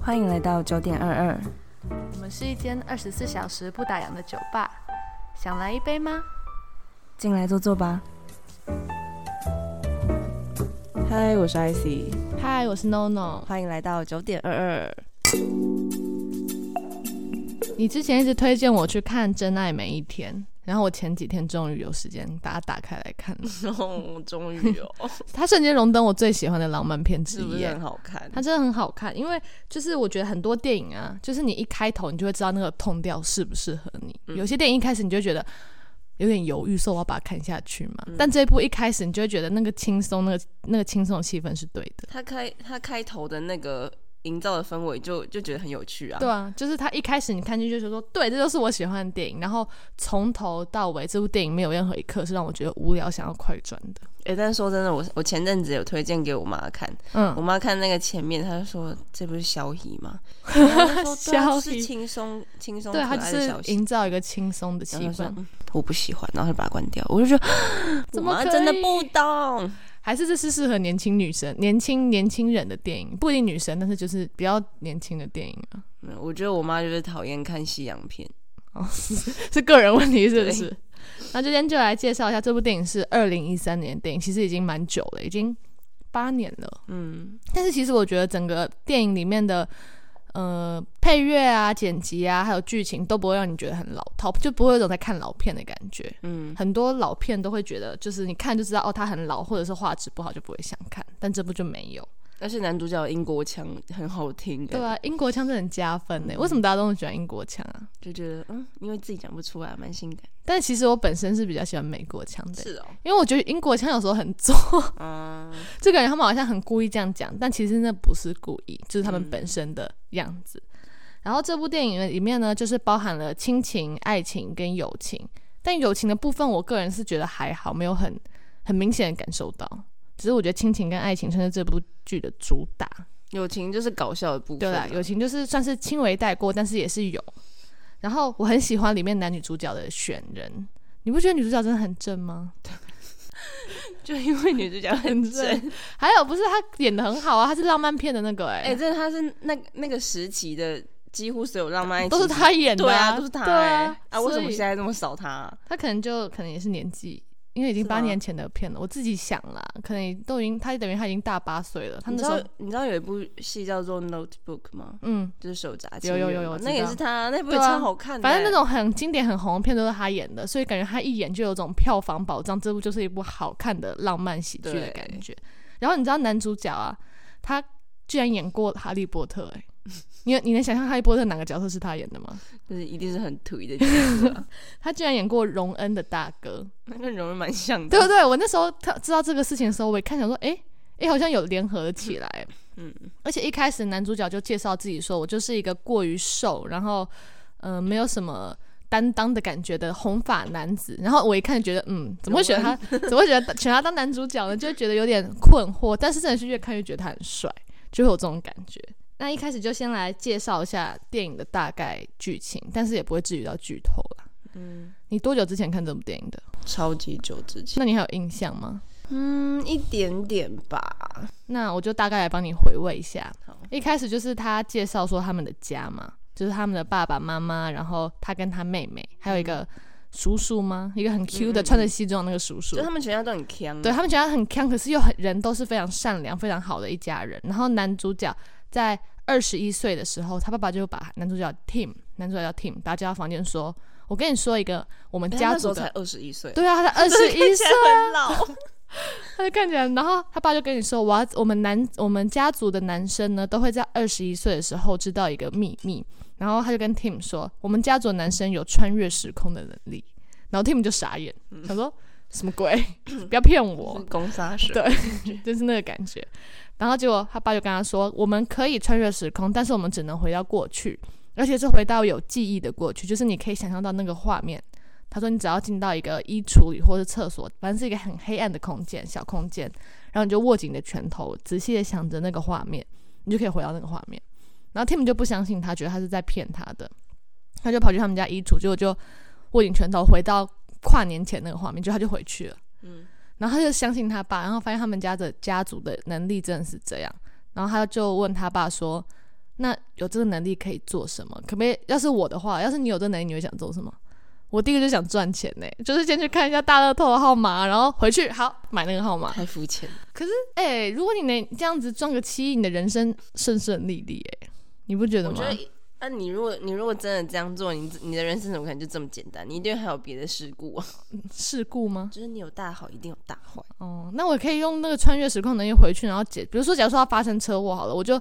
欢迎来到九点二二，我们是一间二十四小时不打烊的酒吧，想来一杯吗？进来坐坐吧。嗨，我是 IC，嗨，我是 NONO。欢迎来到九点二二。你之前一直推荐我去看《真爱每一天》，然后我前几天终于有时间把它打开来看了。然后终于有， 它瞬间荣登我最喜欢的浪漫片之是不一是耶。很好看？它真的很好看，因为就是我觉得很多电影啊，就是你一开头你就会知道那个痛调适不适合你。嗯有些电影一开始你就觉得有点犹豫，说我要把它看下去嘛。嗯但这一部一开始你就会觉得那个轻松，那个那个轻松的气氛是对的。他开他开头的那个营造的氛围就就觉得很有趣啊。对啊，就是他一开始你看进去就说，对，这就是我喜欢的电影。然后从头到尾，这部电影没有任何一刻是让我觉得无聊、想要快转的。哎、但是说真的，我我前阵子有推荐给我妈看，我嗯，妈看那个前面，她就说这不是消息吗？ 然后我就说对啊消是息轻松轻松可对，他爱就的是消息。营造一个轻松的气然后她说氛。嗯我不喜欢，然后就把它关掉。我就觉得我 怎么妈可以真的不懂，还是这是适合年轻女生、年轻年轻人的电影，不一定女生，但是就是比较年轻的电影啊。 嗯我觉得我妈就是讨厌看西洋片。哦，是是个人问题是不是？那今天就来介绍一下这部电影，是二零一三年的电影，其实已经蛮久了，已经八年了。嗯，但是其实我觉得整个电影里面的呃配乐啊、剪辑啊，还有剧情都不会让你觉得很老套，就不会有一种在看老片的感觉。嗯，很多老片都会觉得，就是你看就知道哦，它很老，或者是画质不好就不会想看，但这部就没有。而且男主角有英国腔很好听，欸对，啊，英国腔真的很加分欸呢。为什么大家都很喜欢英国腔啊？就觉得嗯，因为自己讲不出来，蛮性感。但其实我本身是比较喜欢美国腔的，是哦，因为我觉得英国腔有时候很重，嗯， 就感觉他们好像很故意这样讲，但其实那不是故意，就是他们本身的样子。然后这部电影里面呢，就是包含了亲情、爱情跟友情，但友情的部分，我个人是觉得还好，没有很很明显的感受到。只是我觉得亲情跟爱情算是这部剧的主打，友情就是搞笑的部分。啊对啦，友情就是算是轻微带过，但是也是有。然后我很喜欢里面男女主角的选人，你不觉得女主角真的很正吗？就因为女主角 很正，还有不是她演的很好啊，她是浪漫片的那个哎、 哎、这她是那那个时期的几乎所有浪漫爱情都是她演的、对啊，都是她、对啊哎，啊，为什么所以现在这么少她、啊？她可能就可能也是年纪，因为已经是吗八年前的片了，我自己想啦，可能都已经她等于她已经大八岁了，她你那知时候道你知道有一部戏叫做《Notebook》吗？嗯，就是手札有有有情人嘛有我知道那也是她，那部也对啊超好看的、欸反正那种很经典很红的片都是她演的，所以感觉她一演就有种票房保障，这部就是一部好看的浪漫喜剧的对感觉。然后你知道男主角啊，他居然演过哈利波特、欸，哎，你你能想象哈利波特哪个角色是他演的吗？就是一定是很土的角色、啊， 他居然演过荣恩的大哥，那跟蓉蓉蛮像的。啊对不啊对？我那时候他知道这个事情的时候，我也看想说，诶诶，好像有联合起来。嗯嗯，而且一开始男主角就介绍自己说，我就是一个过于瘦，然后嗯、呃没有什么。担当的感觉的红发男子，然后我一看就觉得，嗯，怎么会选他？ 怎么会觉得选他当男主角呢？就会觉得有点困惑。但是真的是越看越觉得他很帅，就会有这种感觉。那一开始就先来介绍一下电影的大概剧情，但是也不会至于到剧透啦。嗯，你多久之前看这部电影的？超级久之前，那你还有印象吗？嗯，一点点吧。那我就大概来帮你回味一下好。一开始就是他介绍说他们的家嘛，就是他们的爸爸妈妈，然后他跟他妹妹，还有一嗯个叔叔吗？一个很 Q 的、穿着西装那个叔叔就。他们全家都很强、哎对他们觉得很强，可是又很人都是非常善良、非常好的一家人。然后男主角在二十一岁的时候，他爸爸就把男主角 Tim，男主角叫 Tim，把他叫到房间说：“我跟你说一个我们哎他家那时族候才的，二十一岁， 对啊，他才二十一岁，很老。他就看起来，然后他爸就跟你说，我要我们男我们家族的男生呢，都会在二十一岁的时候知道一个秘密。然后他就跟 Tim 说，我们家族的男生有穿越时空的能力。然后 Tim 就傻眼，想说什么鬼？ 不要骗我是，攻杀手，对就是那个感觉。然后结果他爸就跟他说，我们可以穿越时空，但是我们只能回到过去，而且是回到有记忆的过去，就是你可以想象到那个画面。他说：“你只要进到一个衣橱里或是厕所，反正是一个很黑暗的空间，小空间，然后你就握紧你的拳头，仔细的想着那个画面，你就可以回到那个画面。”然后 Tim 就不相信他，觉得他是在骗他的，他就跑去他们家衣橱，结果就握紧拳头回到跨年前那个画面，就他就回去了。嗯然后他就相信他爸，然后发现他们家的家族的能力真的是这样。然后他就问他爸说：“那有这个能力可以做什么？可不可以？要是我的话，要是你有这个能力，你会想做什么？我第一个就想赚钱呢、就是先去看一下大乐透的号码，然后回去好买那个号码。太肤浅。可是，哎、如果你能这样子赚个七亿，你的人生顺顺利利、哎，你不觉得我吗？觉得，那、你如果你如果真的这样做，你你的人生怎么可能就这么简单？你一定还有别的事故啊！ 事故吗？就是你有大好，一定有大坏。哦，那我可以用那个穿越时空能力回去，然后解，比如说，假如说要发生车祸好了，我就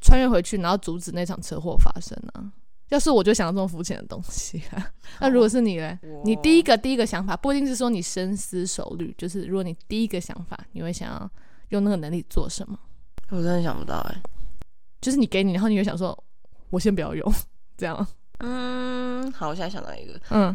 穿越回去，然后阻止那场车祸发生啊。要是我就想到这种肤浅的东西 啊， 那如果是你嘞，你第一个第一个想法不一定是说你深思熟虑，就是如果你第一个想法，你会想要用那个能力做什么？我真的想不到哎、就是你给你，然后你会想说，我先不要用，这样，嗯，好，我现在想到一个，嗯，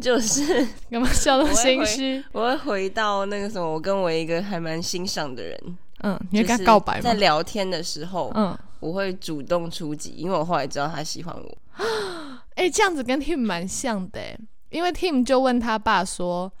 就是 干嘛笑那么我会心回虚？我会回到那个什么，我跟我一个还蛮欣赏的人，嗯，你会就跟是他告白吗在？聊天的时候，嗯，我会主动出击，因为我后来知道他喜欢我。哎、这样子跟 Tim 蛮像的欸，因为 Tim 就问他爸说，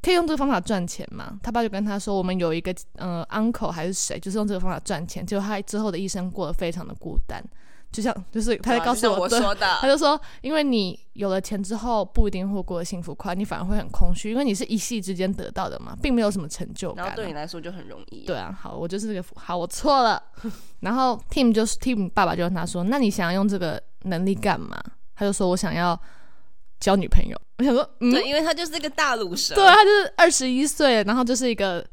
可以用这个方法赚钱吗？他爸就跟他说，我们有一个呃 uncle 还是谁，就是用这个方法赚钱，结果他之后的一生过得非常的孤单，就像就是他在告诉啊就像我对说 他的，就说，因为你有了钱之后，不一定会过得幸福快乐，你反而会很空虚，因为你是一夕之间得到的嘛，并没有什么成就感然后啊、对你来说就很容易。对，啊，好，我就是这个符好，我错了。 然后 Tim 就是 Tim 爸爸就问他说：“那你想要用这个能力干嘛？”他就说：“我想要交女朋友。”我想说，嗯，对，因为他就是个大卤蛇。对，啊他就是二十一岁，然后就是一个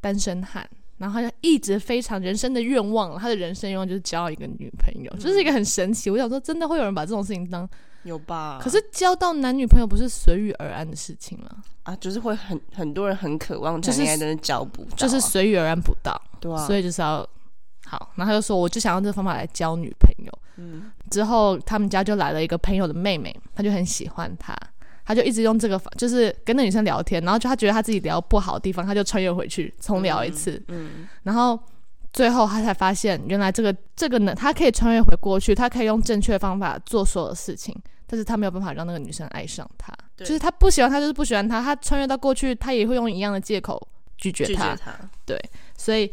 单身汉，然后他就一直非常人生的愿望，他的人生愿望就是交一个女朋友，就是嗯一个很神奇。我想说，真的会有人把这种事情当？有吧？可是交到男女朋友不是随遇而安的事情吗？啊，就是会很很多人很渴望就谈是恋爱，但是找不到啊，就是随遇而安不到。对啊，所以以就是要好。然后他就说，我就想用这个方法来交女朋友。嗯，之后他们家就来了一个朋友的妹妹，他就很喜欢她，他就一直用这个方，就是跟那女生聊天，然后就他觉得他自己聊不好的地方，他就穿越回去重聊一次，嗯，然后。最后，他才发现，原来这个这个呢，他可以穿越回过去，他可以用正确的方法做所有事情，但是他没有办法让那个女生爱上他，对就是他不喜欢他，就是不喜欢他。他穿越到过去，他也会用一样的借口拒绝拒绝他。他，所以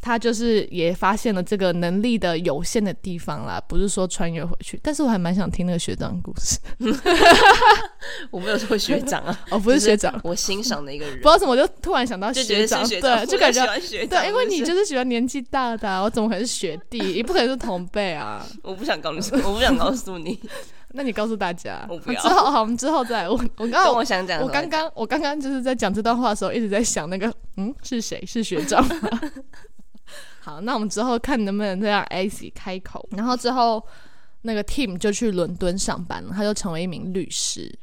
他就是也发现了这个能力的有限的地方啦，不是说穿越回去。但是我还蛮想听那个学长的故事， 我没有说学长啊，哦，不是就是学长，我欣赏的一个人不知，道怎么就突然想到就觉得长，是学长，对，就感我觉喜。欢学长，对，啊因为你就就是喜欢年纪大的啊、我怎么可能是学弟？也不可能是同辈啊。我不想告诉，我不想告诉 你，那你告诉大家，我不要之后好，我们之后再问。我刚跟刚我想讲的啊我时候再刚讲，刚我刚刚就是在讲这段话的时候，一直在想那个，嗯，是谁？是学长吗？好，那我们之后看能不能再让 a c 开口。然后之后那个 Tim 就去伦敦上班了，他就成为一名律师。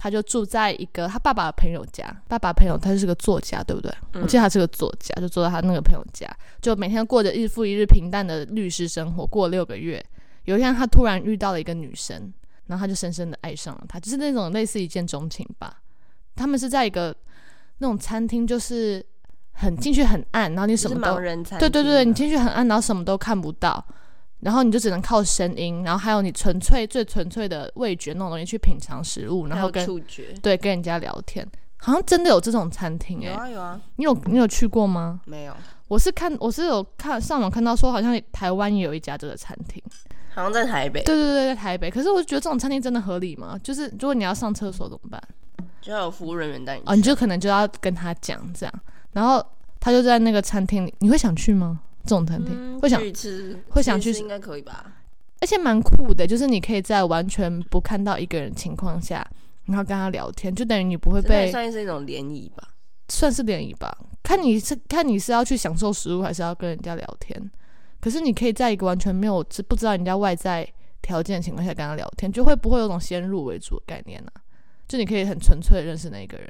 他就住在一个他爸爸的朋友家，爸爸朋友他是个作家，对不对？我记得他是个作家，就住在他那个朋友家，就每天过着日复一日平淡的律师生活。过了六个月，有一天他突然遇到了一个女生，然后他就深深的爱上了她，就是那种类似一见钟情吧。他们是在一个那种餐厅，就是很进去很暗，然后你就什是么盲都人餐对厅啊，对对，你进去很暗，然后什么都看不到，然后你就只能靠声音，然后还有你纯粹最纯粹的味觉那种东西去品尝食物，然还后有跟触觉，对跟人家聊天。好像真的有这种餐厅诶、有啊有啊，你有你有去过吗？没有，我是看我是有看上网看到说，好像台湾也有一家这个餐厅。好像在台北，对对对，在台北。可是我觉得这种餐厅真的合理吗？就是如果你要上厕所怎么办？就要有服务人员带你哦，你去就可能就要跟他讲这样，然后他就在那个餐厅里，你会想去吗？这种餐厅、嗯会想去，一次会想去一去次应该可以吧？而且蛮酷的，就是你可以在完全不看到一个人的情况下，然后跟他聊天，就等于你不会这也被算是一种联谊吧？算是联谊吧。看你是看你是要去享受食物，还是要跟人家聊天。可是你可以在一个完全没有知不知道人家外在条件的情况下跟他聊天，就会不会有种先入为主的概念呢、就你可以很纯粹地认识那个人。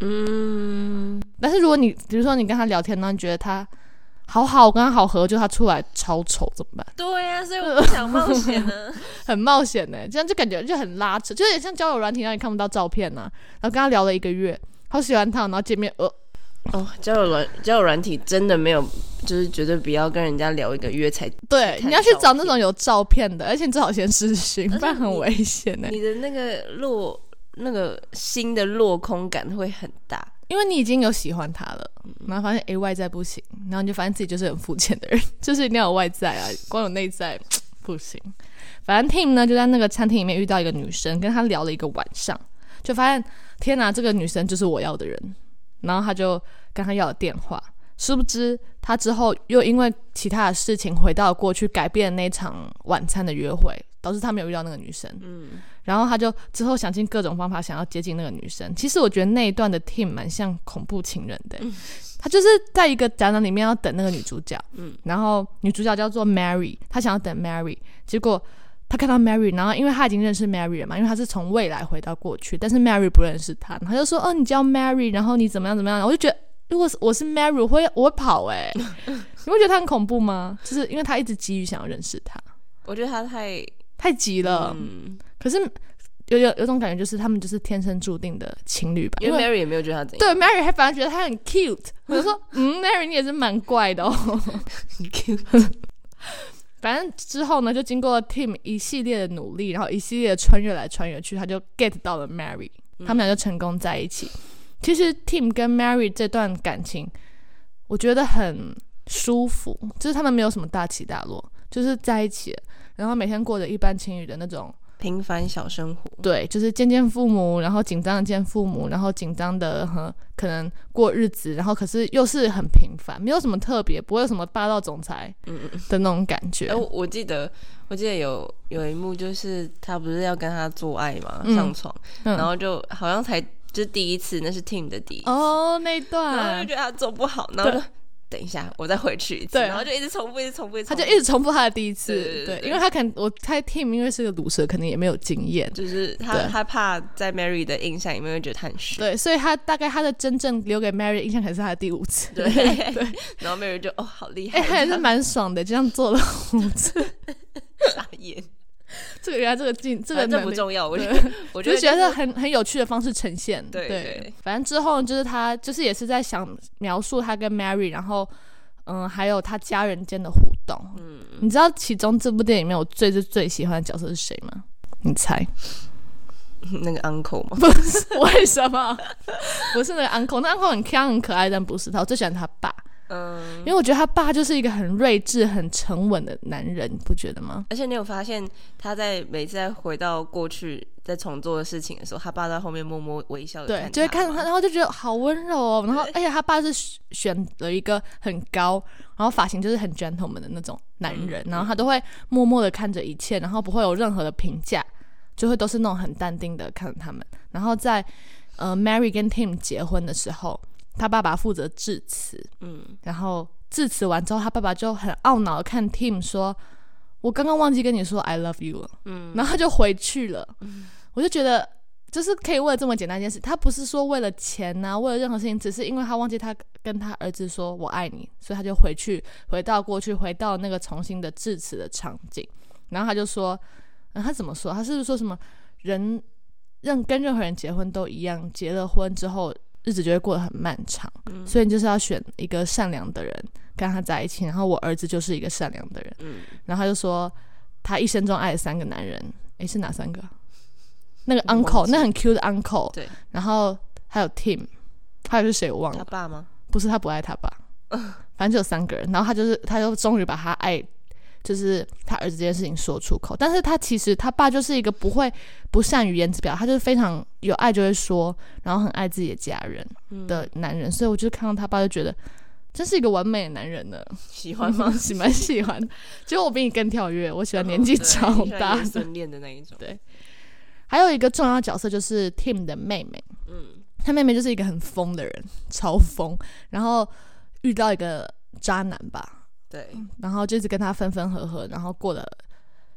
嗯，但是如果你比如说你跟他聊天，然后你觉得他好好，我跟他好合，就他出来超丑怎么办？ 对呀、所以我不想冒险啊呢、很冒险呢、这样就感觉就很拉扯，就有点像交友软体，让你看不到照片呐、然后跟他聊了一个月，好喜欢他，然后见面，呃，哦，交友软交友软体真的没有，就是绝对不要跟人家聊一个月才，对，看你要去找照那片种有照片的，而且你最好先试训， 而且不然很你危险欸呢、你的那个落那个心的落空感会很大。因为你已经有喜欢他了，然后发现诶外在不行，然后你就发现自己就是很肤浅的人， 就是一定要有外在啊，光有内在不行。反正 Tim 呢就在那个餐厅里面遇到一个女生，跟她聊了一个晚上，就发现天哪，这个女生就是我要的人。然后他就跟她要了电话，殊不知他之后又因为其他的事情回到过去，改变那场晚餐的约会，导致他没有遇到那个女生。嗯，然后他就之后想尽各种方法想要接近那个女生。其实我觉得那一段的 Tim 蛮像恐怖情人的欸、他就是在一个展览里面要等那个女主角，嗯然后女主角叫做 Mary，他想要等 Mary，结果他看到 Mary，然后因为他已经认识 Mary 了嘛，因为他是从未来回到过去，但是 Mary 不认识他，然后他就说：“哦，你叫 Mary，然后你怎么样怎么样。”我就觉得。如果是我是 Mary，我会我会跑 哎、你会觉得他很恐怖吗？就是因为他一直急于想要认识他，我觉得他太太急了。嗯，可是有有有种感觉，就是他们就是天生注定的情侣吧。因因为为 Mary 也没有觉得他怎样对 Mary 还反而觉得他很 cute，我就说嗯，Mary 你也是蛮怪的哦。 很 cute，反正之后呢，就经过 Tim 一系列的努力，然后一系列的穿越来穿越去，他就 get 到了 Mary，嗯他们俩就成功在一起。其实 Tim 跟 Mary 这段感情，我觉得很舒服，就是他们没有什么大起大落，就是在一起了，然后每天过着一般情侣的那种 平凡小生活，对，就是见见父母，然后紧张的见父母，然后紧张的和可能过日子，然后可是又是很平凡，没有什么特别，不会有什么霸道总裁嗯嗯。的那种感觉。哎、我我记得，我记得有有一幕，就是他不是要跟他做爱嘛，嗯上床，嗯然后就好像才就是第一次，那是 Tim 的第一次，哦，那一然后 段就觉得他做不好，然后就等一下，我再回去一次，对然后就一直重复，一直重复，一直他重复就一直重复他的第一对次，对对对，对因为他可能我猜 Tim 因为是个毒蛇，可能也没有经验，就是他对他怕在 Mary 的印象里面会觉得他很虚，对，所以他大概他的真正留给 Mary 的印象可能是他的第五次，对 然后 Mary 就哦好厉害，哎、他 也是蛮爽的，这样做了 五次，傻眼，这个原来这个进这这个这能不力重要，我觉对得我就觉是得觉就得是很很有趣的方式呈现。对对对，反正之后就是他就是也是在想描述他跟 Mary，然后嗯，还有他家人间的互动。嗯你知道其中这部电影里面我最最最喜欢的角色是谁吗？你 猜？那个 uncle 嘛，不是为什么？不是那个 uncle，那 uncle 很 c 很可爱，但不是他。我最喜欢他爸，嗯因。为我觉得他爸就是一个很睿智、很沉稳的男人，你不觉得吗？而且你有发现，他在每次在回到过去，在重做的事情的时候，他爸在后面默默微笑的对，就会看到他，然后就觉得好温柔哦。然后，而且他爸是选选了一个很高，然后发型就是很 gentleman 的那种男人，然后他都会默默的看着一切，然后不会有任何的评价，就会都是那种很淡定的看着他们。然后在呃 Mary 跟 Tim 结婚的时候，他爸爸负责致辞，嗯，然后致辞完之后，他爸爸就很懊恼的看 Tim 说：“我刚刚忘记跟你说 I love you 了。”嗯，然后他就回去了。我就觉得，就是可以为了这么简单一件事，他不是说为了钱呐、为了任何事情，只是因为他忘记他跟他儿子说“我爱你”，所以他就回去，回到过去，回到那个重新的致辞的场景。然后他就说：“嗯，他怎么说？他是不是说什么人任跟任何人结婚都一样，结了婚之后日子就会过得很漫长，嗯所以你就是要选一个善良的人跟他在一起。然后我儿子就是一个善良的人，嗯然后他就说他一生中爱了三个男人，诶，是哪三个啊？那个我忘 uncle，记那很 cute 的 uncle，对，然后还有 Tim，还有是谁我忘了他，爸吗？不是他不爱他爸，反正就有三个人。然后他就是，他就终于把他爱，就是他儿子这件事情说出口。但是他其实他爸就是一个不会不善于言辞表达，他就是非常有爱就会说，然后很爱自己的家人嗯的男人。所以我就看到他爸就觉得。真是一个完美的男人呢，喜欢 吗？喜蛮喜欢。结果我比你更跳跃，我喜欢年纪超大的。孙恋的那一种，还有一个重要角色就是 Tim 的妹妹，嗯，他妹妹就是一个很疯的人，超疯，然后遇到一个渣男吧，对，然后就一直跟他分分合合，然后过得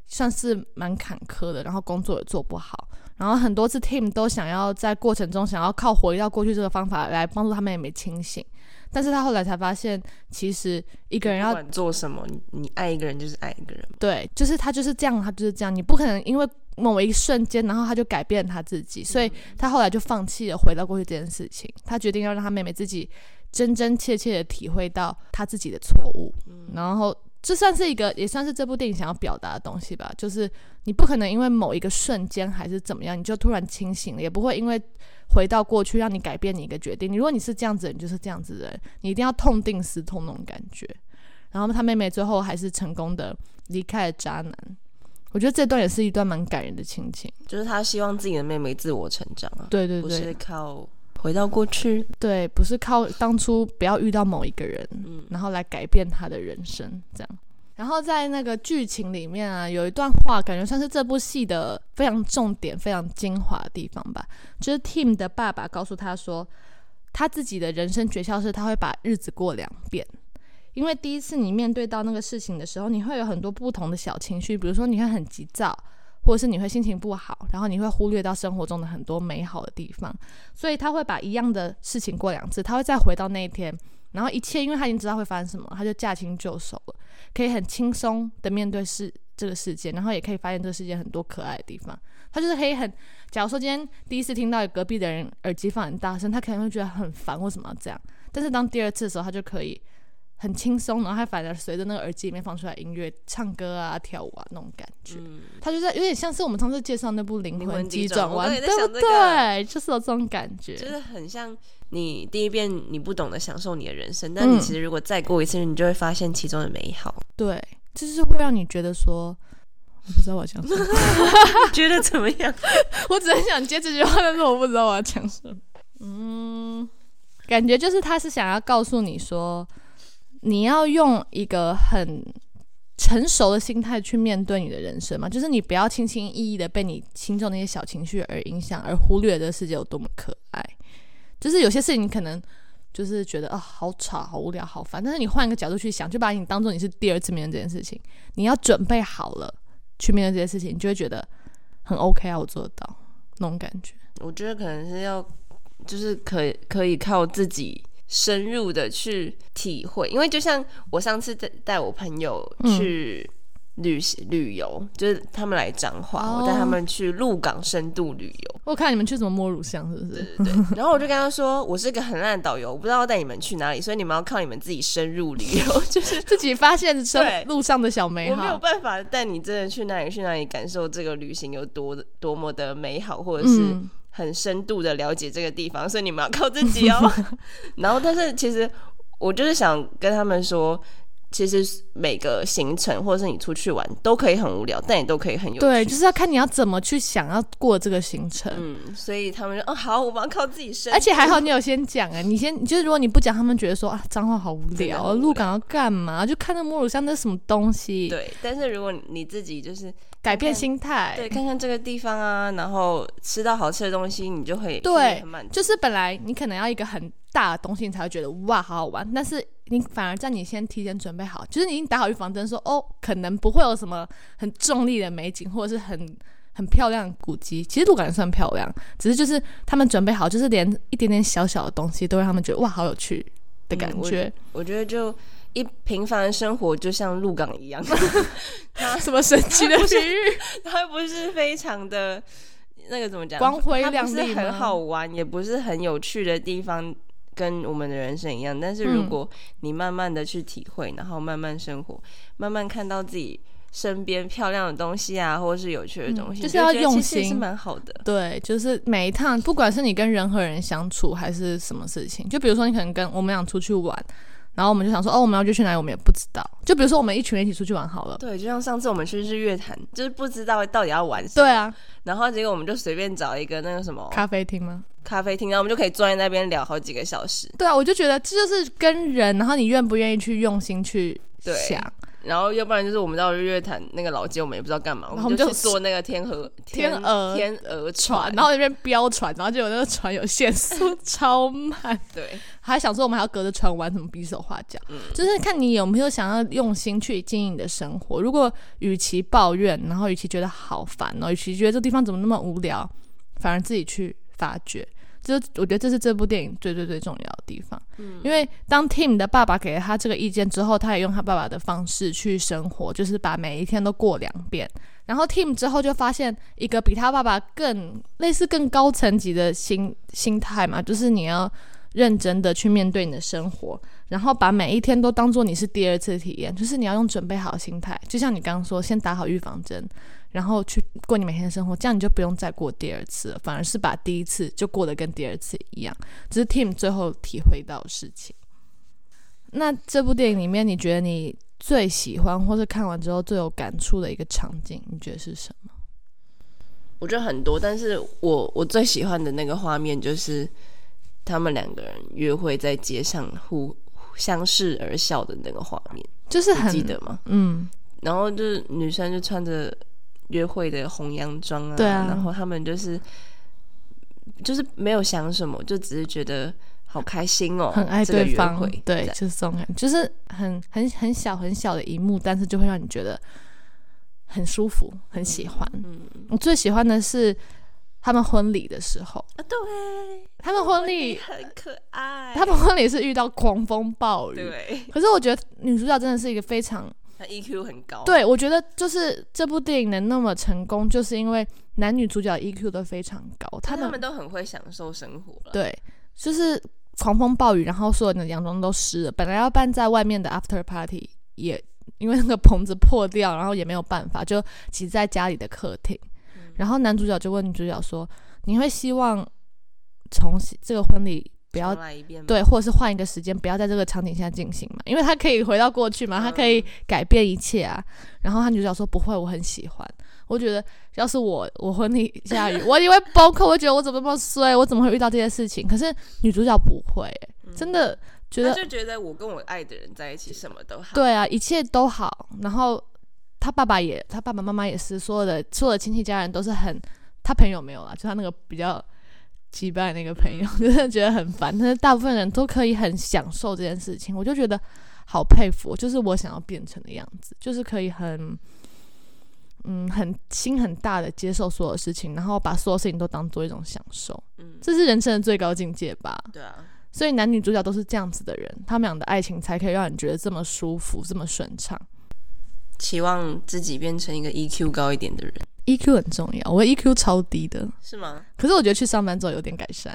算是蛮坎坷的，然后工作也做不好，然后很多次 Tim 都想要在过程中想要靠回到过去这个方法来帮助他妹妹清醒，但是他后来才发现，其实一个人不要管做什么，你你爱一个人就是爱一个人嘛，对，就是他就是这样，他就是这样，你不可能因为某一瞬间，然后他就改变他自己，所以他后来就放弃了回到过去这件事情。他决定要让他妹妹自己真真切切的体会到他自己的错误，然后这算是一个，也算是这部电影想要表达的东西吧。就是你不可能因为某一个瞬间还是怎么样，你就突然清醒了，也不会因为回到过去让你改变你一个决定。如果你是这样子的人，你就是这样子的人，你一定要痛定思痛那种感觉。然后他妹妹最后还是成功的离开了渣男。我觉得这段也是一段蛮感人的亲情。就是他希望自己的妹妹自我成长啊，对对不是对嗯靠回到过去。对，不是靠当初不要遇到某一个人，嗯，然后来改变他的人生，这样。然后在那个剧情里面啊，有一段话，感觉算是这部戏的非常重点、非常精华的地方吧。就是 Tim 的爸爸告诉他说，他自己的人生诀窍是他会把日子过两遍。因为第一次你面对到那个事情的时候，你会有很多不同的小情绪，比如说你会很急躁，或者是你会心情不好，然后你会忽略到生活中的很多美好的地方。所以他会把一样的事情过两次，他会再回到那一天，然后一切因为他已经知道会发生什么，他就驾轻就熟了，可以很轻松的面对事这个事件，然后也可以发现这个世界很多可爱的地方。他就是可以很，假如说今天第一次听到隔壁的人耳机放很大声，他可能会觉得很烦，为什么要这样？但是当第二次的时候，他就可以很轻松，然后他反而随着那个耳机里面放出来音乐，唱歌啊、跳舞啊那种感觉。他就是有点像是我们上次介绍那部《灵灵魂魂急急转弯转弯》，我刚才也在对想不这个对？就是有这种感觉，就是很像你第一遍你不懂得享受你的人生，但嗯你其实如果再过一次，你就会发现其中的美好。对，就是会让你觉得说，我不知道我要讲什么，觉得怎么样？ 我只很想接这句话，但是我不知道我要讲什么。嗯，感觉就是他是想要告诉你说，你要用一个很成熟的心态去面对你的人生嘛，就是你不要轻轻易易的被你心中那些小情绪而影响，而忽略这世界有多么可爱。就是有些事情你可能就是觉得啊、好吵、好无聊、好烦，但是你换一个角度去想，就把你当做你是第二次面对这件事情，你要准备好了去面对这些事情，你就会觉得很 OK 啊，我做得到那种感觉。我觉得可能是要，就是可以可以靠自己深入的去体会，因为就像我上次带带我朋友嗯去旅行、旅游，就是他们来彰化，哦我带他们去鹿港深度旅游，我看你们去什么摸乳巷是不是？对对对。然后我就跟他说，我是一个很烂的导游，我不知道要带你们去哪里，所以你们要靠你们自己深入旅游， 就是。自己发现生对路上的小美我没有好，办法带你真的去哪里去哪里感受这个旅行有多多么的美好，或者是、嗯很深度的了解这个地方，所以你们要靠自己 哦。然后，但是其实我就是想跟他们说，其实每个行程或者是你出去玩都可以很无聊，但也都可以很有趣。对，就是要看你要怎么去想要过这个行程。嗯，所以他们说，哦，好，我们要靠自己生。而且还好你有先讲哎、你先就是如果你不讲，他们觉得说啊脏话好无真的聊很无啊，聊鹿港要干嘛？就看那摸乳巷那是什么东西，对，但是如果你自己就是改变心态，对看看这个地方啊，然后吃到好吃的东西，你就会对很满足。就是本来你可能要一个很大的东西，你才会觉得哇好好玩，但是你反而在你先提前准备好，就是你已经打好预防针说，哦可能不会有什么很壮丽的美景，或者是很很漂亮的古迹。其实鹿港也算漂亮，只是就是他们准备好，就是连一点点小小的东西都让他们觉得哇好有趣的感觉。我觉得就一平凡的生活，就像鹿港一样。什么神奇的比喻？ 它不是非常的那个怎么讲，光辉亮丽它不是很吗好玩，也不是很有趣的地方，跟我们的人生一样。但是嗯如果你慢慢的去体会，然后慢慢生活，慢慢看到自己身边漂亮的东西啊，或者是有趣的东西，嗯就是你要觉得用其实也是心蛮好的。对，就是每一趟，不管是你跟人和人相处，还是什么事情，就比如说你可能跟我们俩出去玩，然后我们就想说，哦，我们要约去哪里，我们也不知道。就比如说我们一群人一起出去玩好了，对，就像上次我们去日月潭，就是不知道到底要玩什么，对啊，然后结果我们就随便找一个那个什么咖啡厅吗？咖啡厅，然后我们就可以坐在那边聊好几个小时，对啊，我就觉得这就是跟人，然后你愿不愿意去用心去对想。然后要不然就是我们到日月潭那个老街，我们也不知道干嘛，然后我我们们就就去坐那个天鹅天鹅天鹅船船，，然后那边飙船，然后就有那个船有限 速，超慢，对，还想说我们还要隔着船玩什么比手画脚，嗯就是看你有没有想要用心去经营你的生活。如果与其抱怨，然后与其觉得好烦哦，与其觉得这地方怎么那么无聊，反而自己去发掘。这我觉得这是这部电影最最最重要的地方，因为当 Tim 的爸爸给了他这个意见之后，他也用他爸爸的方式去生活，就是把每一天都过两遍。然后 Tim 之后就发现一个比他爸爸更类似更高层级的心心态嘛，就是你要认真的去面对你的生活，然后把每一天都当做你是第二次体验，就是你要用准备好的心态，就像你刚刚说，先打好预防针，然后去过你每天的生活，这样你就不用再过第二次了，反而是把第一次就过得跟第二次一样。这是 Tim 最后体会到的事情。那这部电影里面，你觉得你最喜欢或是看完之后最有感触的一个场景，你觉得是什么？我觉得很多，但是我我最喜欢的那个画面就是他们两个人约会在街上互互相视而笑的那个画 面，就是你很记得 吗？嗯，然后就是女生就穿着约会的红洋装啊，对啊然后他们就是就是没有想什么，就只是觉得好开心哦，很爱对方，这个约会对，这样就是这种感觉，就是很很很小很小的一幕，但是就会让你觉得很舒服，很喜欢。嗯我最喜欢的是他们婚礼的时候，啊，对，他们婚礼，很可爱，他们婚礼是遇到狂风暴雨。对，哦可是我觉得女主角真的是一个非常他 EQ 很高，对，我觉得就是这部电影能那么成功，就是因为男女主角 EQ 都非常高，他他们们都很会享受生活了，对，就是狂风暴雨，然后所有人的洋装都湿了。本来要办在外面的 after party，也因为那个棚子破掉，然后也没有办法，就挤在家里的客厅。嗯然后男主角就问女主角说：“你会希望重新这个婚礼不要重来一遍，，对，或者是换一个时间，不要在这个场景下进行嘛，因为他可以回到过去嘛，他可以改变一切啊。然后他女主角说不会，我很喜欢。我觉得要是我我婚礼下雨，我也会崩溃，我会觉得我怎么那么衰，我怎么会遇到这些事情？可是女主角不会、欸真的觉得嗯他就觉得我跟我爱的人在一起什么都好，对啊，一切都好。然后他爸爸也，他爸爸妈妈也是，所有的所有的亲戚家人都是很，他朋友没有啦，啊就他那个比较击败那个朋友， 真的觉得很烦。但是大部分人都可以很享受这件事情，我就觉得好佩服，就是我想要变成的样子，就是可以很。嗯，很心很大的接受所有事情，然后把所有事情都当做一种享受，嗯，这是人生的最高境界吧？对啊，所以男女主角都是这样子的人，他们俩的爱情才可以让你觉得这么舒服、这么顺畅。期望自己变成一个 EQ 高一点的人， EQ E 很重要，我 EQ 超低的，是吗？可是我觉得去上班之后有点改善，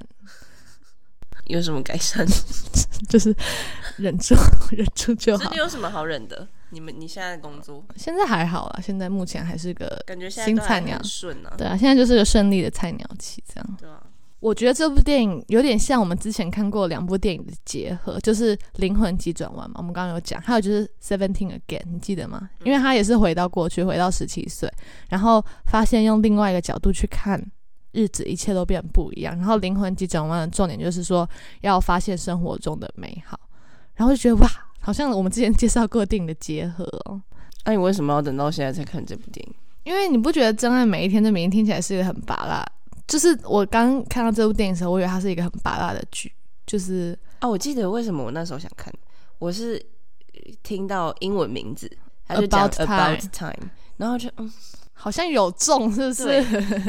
有什么改 善？就是忍住、 忍住就真好的。有什么好忍的？你们你现在的工作现在还好啦，现在目前还是个感觉现在新都还菜鸟很顺啊，对啊，现在就是个顺利的菜鸟期这样。对啊，我觉得这部电影有点像我们之前看过两部电影的结合，就是《灵魂急转弯》嘛，我们刚刚有讲，还有就是《Seventeen Again》，你记得吗？因为他也是回到过去，回到十七岁，然后发现用另外一个角度去看日子，一切都变不一样。然后《灵魂急转弯》的重点就是说要发现生活中的美好，然后就觉得哇，好像我们之前介绍过的电影的结合哦。那、你为什么要等到现在才看这部电影？因为你不觉得《真爱每一天》这名字听起来是一个很拔辣？就是我刚看到这部电影的时候，我以为它是一个很拔辣的剧，就是啊，我记得为什么我那时候想看，我是呃听到英文名字，他就讲 About About Time，然后就嗯，好像有中，是不是？对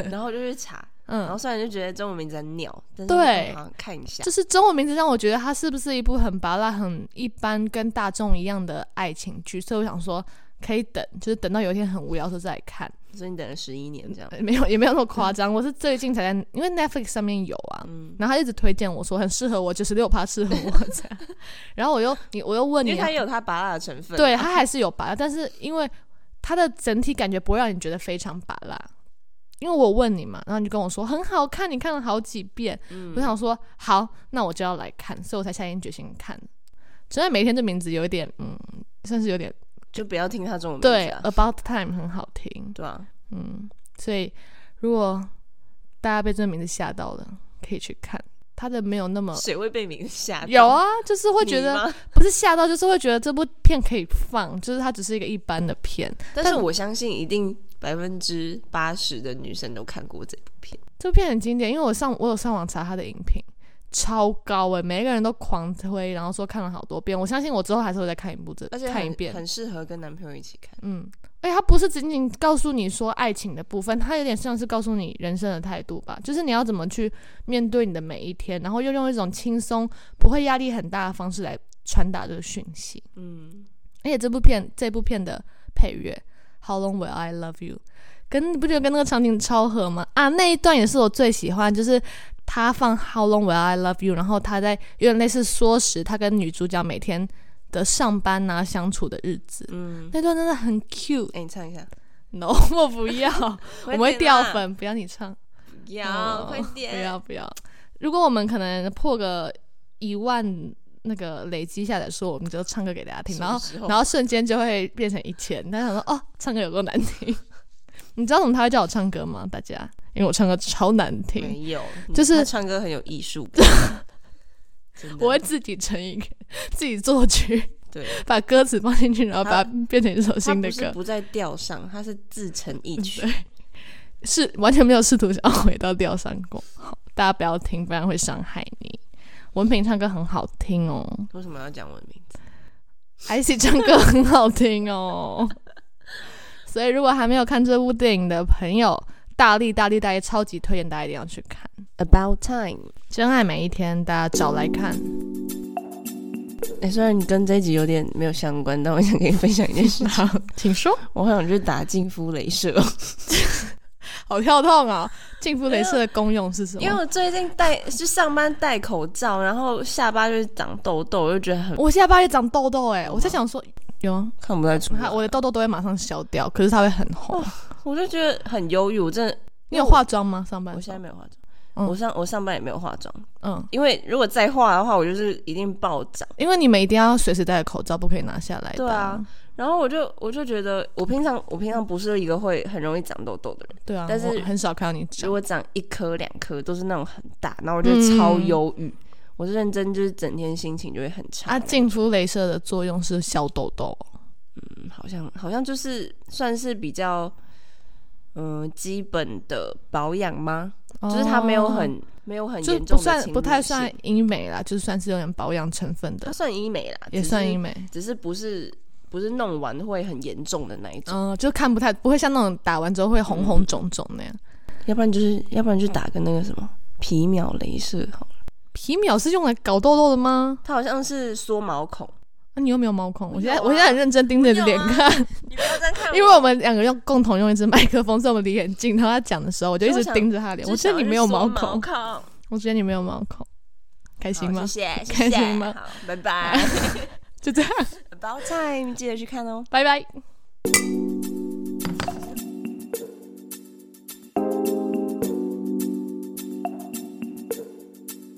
然后我就去 查，然后嗯，虽然就觉得中文名字很鸟，但是对好像看一下就，是中文名字让我觉得它是不是一部很拔辣、很一般、跟大众一样的爱情剧，所以我想说可以等，就是等到有一天很无聊的时候再来看。所以你等了十一年这样，呃没有，也没有那么 夸张，我是最近才在，因为 Netflix 上面有啊。嗯，然后他一直推荐我说很适合我，九十六趴适合我这 样，然后我又你我又问因你为啊，它也有它拔辣的成分，啊对，它还是有拔辣，但是因为它的整体感觉不会让你觉得非常拔辣。因为我问你嘛，然后你就跟我说很好看，你看了好几遍，我嗯想说好，那我就要来看，所以我才下定决心看。真的每天这名字有一点，嗯，算是有点就不要听它中文名对字、啊， ，About Time 很好听，对啊，嗯，所以如果大家被这个名字吓到了，可以去看，它的没有那么谁会被名字吓到？嗯有啊，就是会你觉得 吗不是吓到，就是会觉得这部片可以放，就是它只是一个一般的片，但但是我相信一定百分之八十的女生都看过这部片，这部片很经典，因为我上我有上网查它的影评，超高诶、每一个人都狂推，然后说看了好多遍。我相信我之后还是会再看一部这，而且看一很遍。很适合跟男朋友一起看。嗯，而且它不是仅仅告诉你说爱情的部分，它有点像是告诉你人生的态度吧，就是你要怎么去面对你的每一天，然后又用一种轻松、不会压力很大的方式来传达这个讯息。嗯，而且这部片这部片的配乐《How Long Will I Love You》，跟你不觉得跟那个场景超合吗？啊，那一段也是我最喜欢，就是他放 How Long Will I Love You，然后他在有点类似缩时他跟女主角每天的上班啊相处的日子，嗯，那段真的很 cute。哎、你唱一下， No，我 不要，我们会快掉点啦，粉，不要你唱。不要、哦快点，不要不要。如果我们可能破个一万那个累积下来说，我们就唱歌给大家听，什然么后时候然后瞬间就会变成一千。大家想说哦，唱歌有够难听。 你知道怎么他会叫我唱歌吗？大家，因为我唱歌超难听，没有，嗯就是他唱歌很有艺术感， 真的我会自己成一个，自己作曲，对。把歌词放进去，然后把它变成一首他新的不是歌，嗯不在调上，他是自成一曲。是完全没有试图想要回到调上过。好，大家不要听，不然会伤害你。文凭唱歌很好听哦。为什么要讲我的名字？ IC 唱歌很好听哦。 所以如果还没有看这部电影的朋友，大力大力大力超级推荐大家一定要去看《 About Time。真爱每一天》，大家找来看。哎、虽然你跟这一集有点没有相关，但我想跟你分享一件 事情。请说，我好想去打净肤镭射，好跳痛啊！净肤镭射的功用是什么？因为我最近戴就上班戴口罩，然后下巴就是长痘痘，我就觉得很我下巴也长痘痘哎、我在想说有啊，哦看不太出来。我的痘痘都会马上消掉，可是它会很红。哦我就觉得很忧郁，我真的。你有化妆吗？上班？我现在没有化妆，嗯我上我上班也没有化妆，嗯，因为如果再化的话，我就是一定暴涨。因为你们一定要随时戴着口罩，不可以拿下来的。对啊，然后我就我就觉得，我平常我平常不是一个会很容易长痘痘的人，对啊。但是我很少看到你如长。果长一颗两颗都是那种很大，然后我就超忧郁，我是认真就是整天心情就会很差。嗯啊，净肤镭射的作用是消痘痘哦。嗯好像好像就是算是比较嗯、基本的保养吗？就是它没有很没有很哦就严不重的算侵不入太性算医美啦，就算是有点保养成分它的，算医美啦，也只算是医美。只是不是不是弄完会很严重的那一种，嗯、就看不太不会像那种打完之后会红红肿肿那样。要不然就是要不然就打个那个什么皮秒镭射好了，皮秒是用来搞痘痘的吗？它好像是缩毛孔，啊、你又没有毛孔，我现在、有啊我现在很认真盯着你脸看， 你不啊要这样看因为我们两个用共同用一支麦克风，所以我们离很近。然后他讲的时候，我就一所以直我想盯着他的脸。我觉得你没有毛孔，孔，好我觉得你没有毛孔，开心吗？谢谢，开谢谢，心吗好，拜拜 就这样， ，About time，记得去看哦。拜拜。